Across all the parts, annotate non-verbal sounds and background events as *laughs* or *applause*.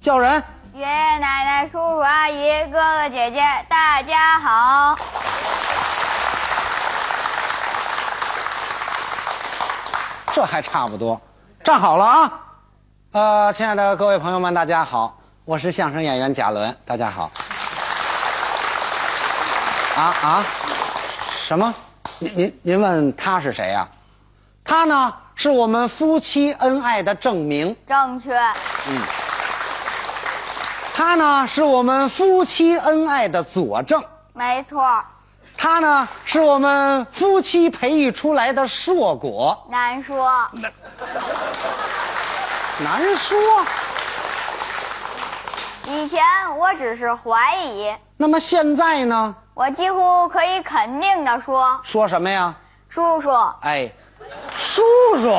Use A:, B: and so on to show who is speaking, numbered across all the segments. A: 叫人。
B: 爷爷奶奶、叔叔阿姨、哥哥姐姐，大家好！
A: 这还差不多，站好了啊！呃，亲爱的各位朋友们，大家好，我是相声演员贾伦，大家好。啊啊，什么？您您您问他是谁呀、啊他呢，是我们夫妻恩爱的证明。
B: 正确，
A: 他呢，是我们夫妻恩爱的佐证。
B: 没错，
A: 他呢，是我们夫妻培育出来的硕果。
B: 难说。
A: 难说。
B: 以前我只是怀疑，
A: 那么现在呢？
B: 我几乎可以肯定的说，
A: 说什么呀？
B: 叔叔，
A: 哎，叔叔，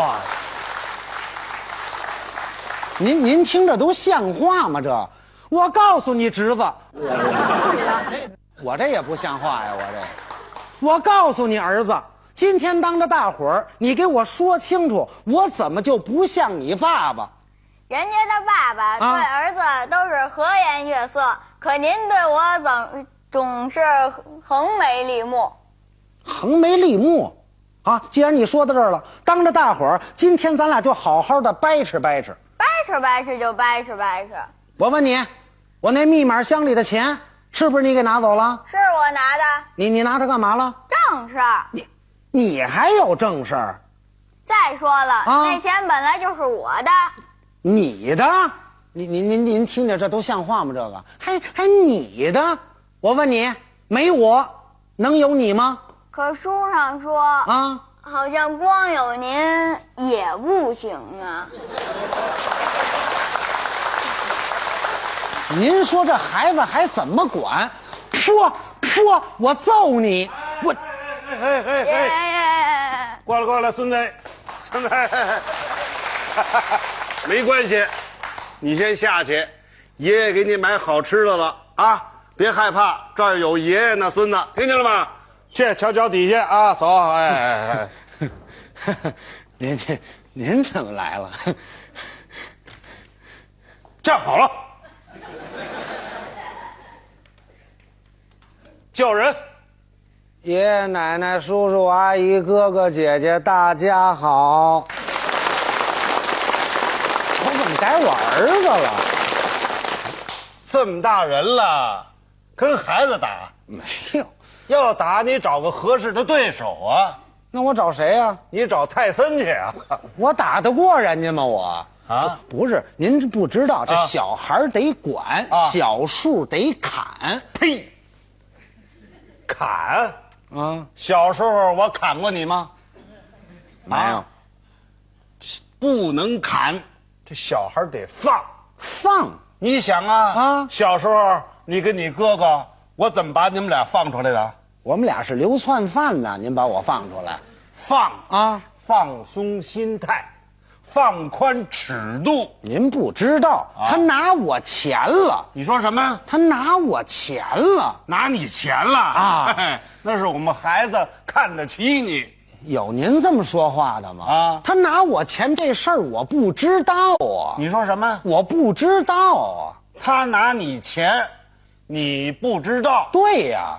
A: 您您听着都像话吗？这，我告诉你侄子，我这也不像话呀，我这，我告诉你儿子，今天当着大伙儿，你给我说清楚，我怎么就不像你爸爸？
B: 人家的爸爸对儿子都是和颜悦色，可您对我总总是横眉立目。
A: 横眉立目，啊！既然你说到这儿了，当着大伙儿，今天咱俩就好好的掰扯掰扯。
B: 掰扯掰扯就掰扯掰扯，
A: 我问你，我那密码箱里的钱是不是你给拿走了？
B: 是我拿的
A: 你你拿它干嘛了？
B: 正事儿。
A: 你你还有正事儿？
B: 再说了，
A: 啊
B: 那钱本来就是我的，
A: 你的？您您您您听着，这都像话吗？这个还还你的？我问你，没我能有你吗？
B: 可书上说，
A: 啊，
B: 好像光有您也不行啊。
A: 您说这孩子还怎么管？泼泼，我揍你！我 *laughs*
C: 哎哎哎
B: 耶、
C: 哎，过来过来，孙子，孙子， *laughs* 没关系，你先下去，爷爷给你买好吃的了啊，别害怕，这儿有爷爷呢，孙子，听见了吗？去瞧瞧底下啊，走，哎哎哎。
A: 您您您怎么来了？
C: 站好了，叫人，
A: 爷爷奶奶、叔叔阿姨、哥哥姐姐，大家好！我怎么改我儿子了？
C: 这么大人了，跟孩子打，
A: 没有，
C: 要打你找个合适的对手啊，
A: 那我找谁呀、
C: 你找泰森去啊，
A: 我打得过人家吗？我
C: 啊，
A: 不是，您不知道，这
C: 啊
A: 小孩儿得管，
C: 啊
A: 小树得砍
C: 呸，砍。
A: 啊！
C: 小时候我砍过你吗？
A: 没有
C: 啊，不能砍，这小孩得放。
A: 放
C: 你想啊
A: 啊
C: 小时候你跟你哥哥，我怎么把你们俩放出来的？
A: 我们俩是流窜犯呢，您把我放出来
C: 放
A: 啊！
C: 放松心态，放宽尺度。
A: 您不知道，
C: 啊
A: 他拿我钱了，
C: 你说什么？
A: 他拿我钱了。
C: 拿你钱了
A: 啊
C: 啊？那是我们孩子看得起你。
A: 有您这么说话的吗？
C: 啊
A: 他拿我钱这事儿我不知道啊，
C: 你说什么？
A: 我不知道啊。
C: 他拿你钱，你不知道。
A: 对呀、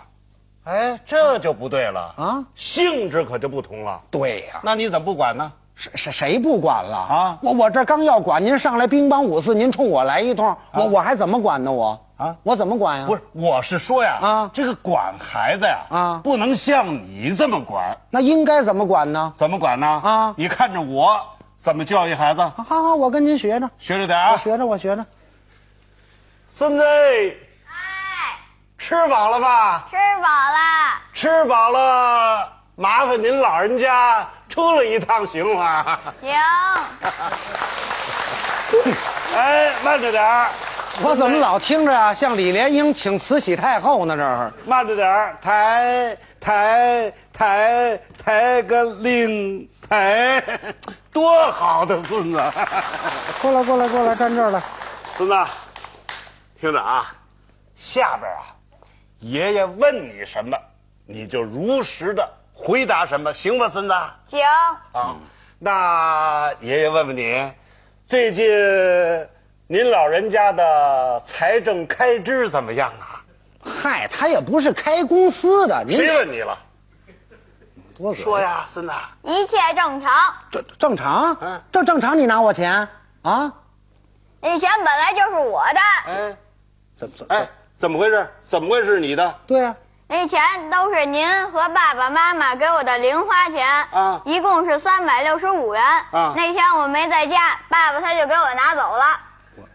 C: 哎，这就不对了
A: 啊
C: 啊！性质可就不同了。
A: 对呀、
C: 那你怎么不管呢？
A: 谁谁谁不管了
C: 啊
A: 我我这刚要管，您上来乒乓五四，您冲我来一通，我我还怎么管呢？我
C: 啊
A: 我怎么管呀？
C: 不
A: 啊是，
C: 是，我是说呀，
A: 啊
C: 啊，这个管孩子呀，
A: 啊
C: 啊，不能像你这么管，
A: 那应该怎么管呢？
C: 怎么管呢？
A: 啊
C: 啊，你看着我怎么教育孩子，
A: 好好好，我跟您学着，
C: 学着点啊
A: 我。学着，我学着。
C: 孙子，
B: 哎，
C: 吃饱了吧？
B: 吃饱啦，
C: 吃饱了，麻烦您老人家出来一趟行吗？ *laughs*
B: 行，
C: 哎，慢着点儿，
A: 我怎么老听着啊，像李莲英请慈禧太后呢？这是
C: 慢着点儿，抬抬抬抬个令抬，多好的孙子！ *laughs*
A: 过来过来过来，站这儿来。
C: 孙子，啊听着啊，下边啊，爷爷问你什么，你就如实的回答什么，行吧，孙子？啊，
B: 行，
C: 那爷爷问问你，最近您老人家的财政开支怎么样啊？
A: 嗨，他也不是开公司的，您
C: 谁问你了？
A: 多嘴啊
C: 说呀，孙子，
B: 一切正常。
A: 正正常
C: 嗯，
A: 正正常，你拿我钱啊？
B: 那钱本来就是我的，
C: 哎
A: 怎怎
C: 哎，怎么回事？怎么会是你的？
A: 对啊呀、
C: 哎
B: 那钱都是您和爸爸妈妈给我的零花钱，
C: 啊
B: 一共是三百六十五元。
C: 啊
B: 那天我没在家，爸爸他就给我拿走了。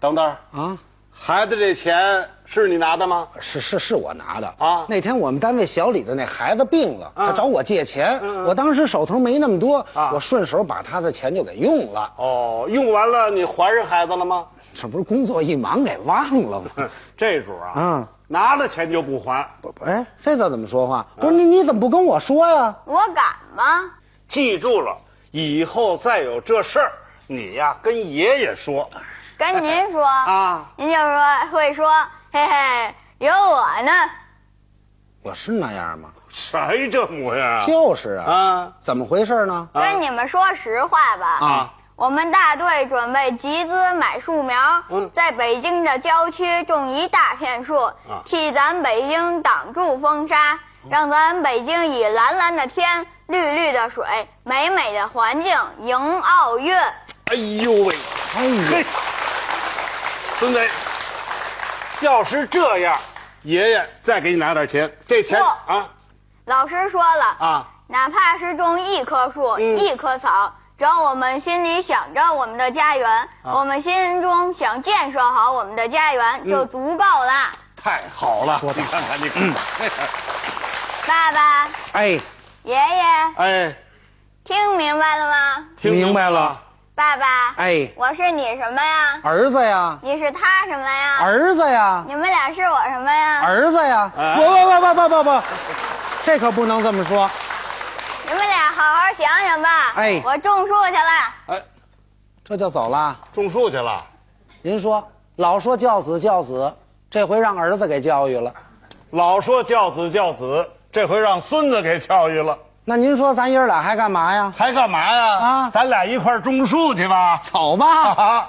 C: 等等，
A: 啊，
C: 孩子这钱是你拿的吗？
A: 是是是我拿的
C: 啊
A: 那天我们单位小李的那孩子病了，他找我借钱，我当时手头没那么多，
C: 啊
A: 我顺手把他的钱就给用了，
C: 哦，用完了你还人孩子了吗？ *laughs*
A: 这不是工作一忙给忘了吗？
C: 这主啊，
A: 嗯
C: 拿了钱就不还，
A: 不不，哎，这咋怎么说话？不是你你怎么不跟我说呀？
B: 我敢吗？
C: 记住了，以后再有这事儿，你呀跟爷爷说
B: 跟您说，
C: 啊。
B: 您就说会说，嘿嘿，有我呢。
A: 我是那样吗？
C: 谁这模样啊？
A: 就是啊，
C: 啊
A: 怎么回事呢？
B: 跟你们说实话吧，
A: 啊
B: 我们大队准备集资买树苗，
C: 嗯
B: 在北京的郊区种一大片树，
C: 啊
B: 替咱北京挡住风沙，
C: 嗯
B: 让咱北京以蓝蓝的天、绿绿的水、美美的环境迎奥运。
C: 哎呦喂，
A: 哎
C: 嘿
A: 呀，，
C: 孙子，要是这样，爷爷再给你拿点钱，这钱
B: 不
C: 啊
B: 老师说了，
C: 啊，
B: 哪怕是种一棵树、
C: 嗯
B: 一棵草，只要我们心里想着我们的家园，
C: 啊
B: 我们心中想建设好我们的家园，
C: 嗯
B: 就足够了。
C: 太好了，
A: 说得嗯
C: 你看看你看看，
B: 爸爸，
A: 哎，
B: 爷爷，
C: 哎，
B: 听明白了吗？
C: 听啊
A: 明白了，
B: 爸爸，
A: 哎
B: 我是你什么呀？
A: 儿子呀，
B: 你是他什么呀？
A: 儿子呀，
B: 你们俩是我什么呀？
A: 儿子呀，不
C: 哎
A: 不不不不不，这可不能这么说。
B: 你们俩好好想想吧。
A: 哎
B: 我种树去了。
C: 哎，
A: 这就走了。
C: 种树去了，
A: 您说，老说教子教子，这回让儿子给教育了。
C: 老说教子教子，这回让孙子给教育了，
A: 那您说咱爷儿俩还干嘛呀？
C: 还干嘛呀？
A: 啊
C: 咱俩一块儿种树去吧。 *laughs*
A: 走吧。
C: 啊，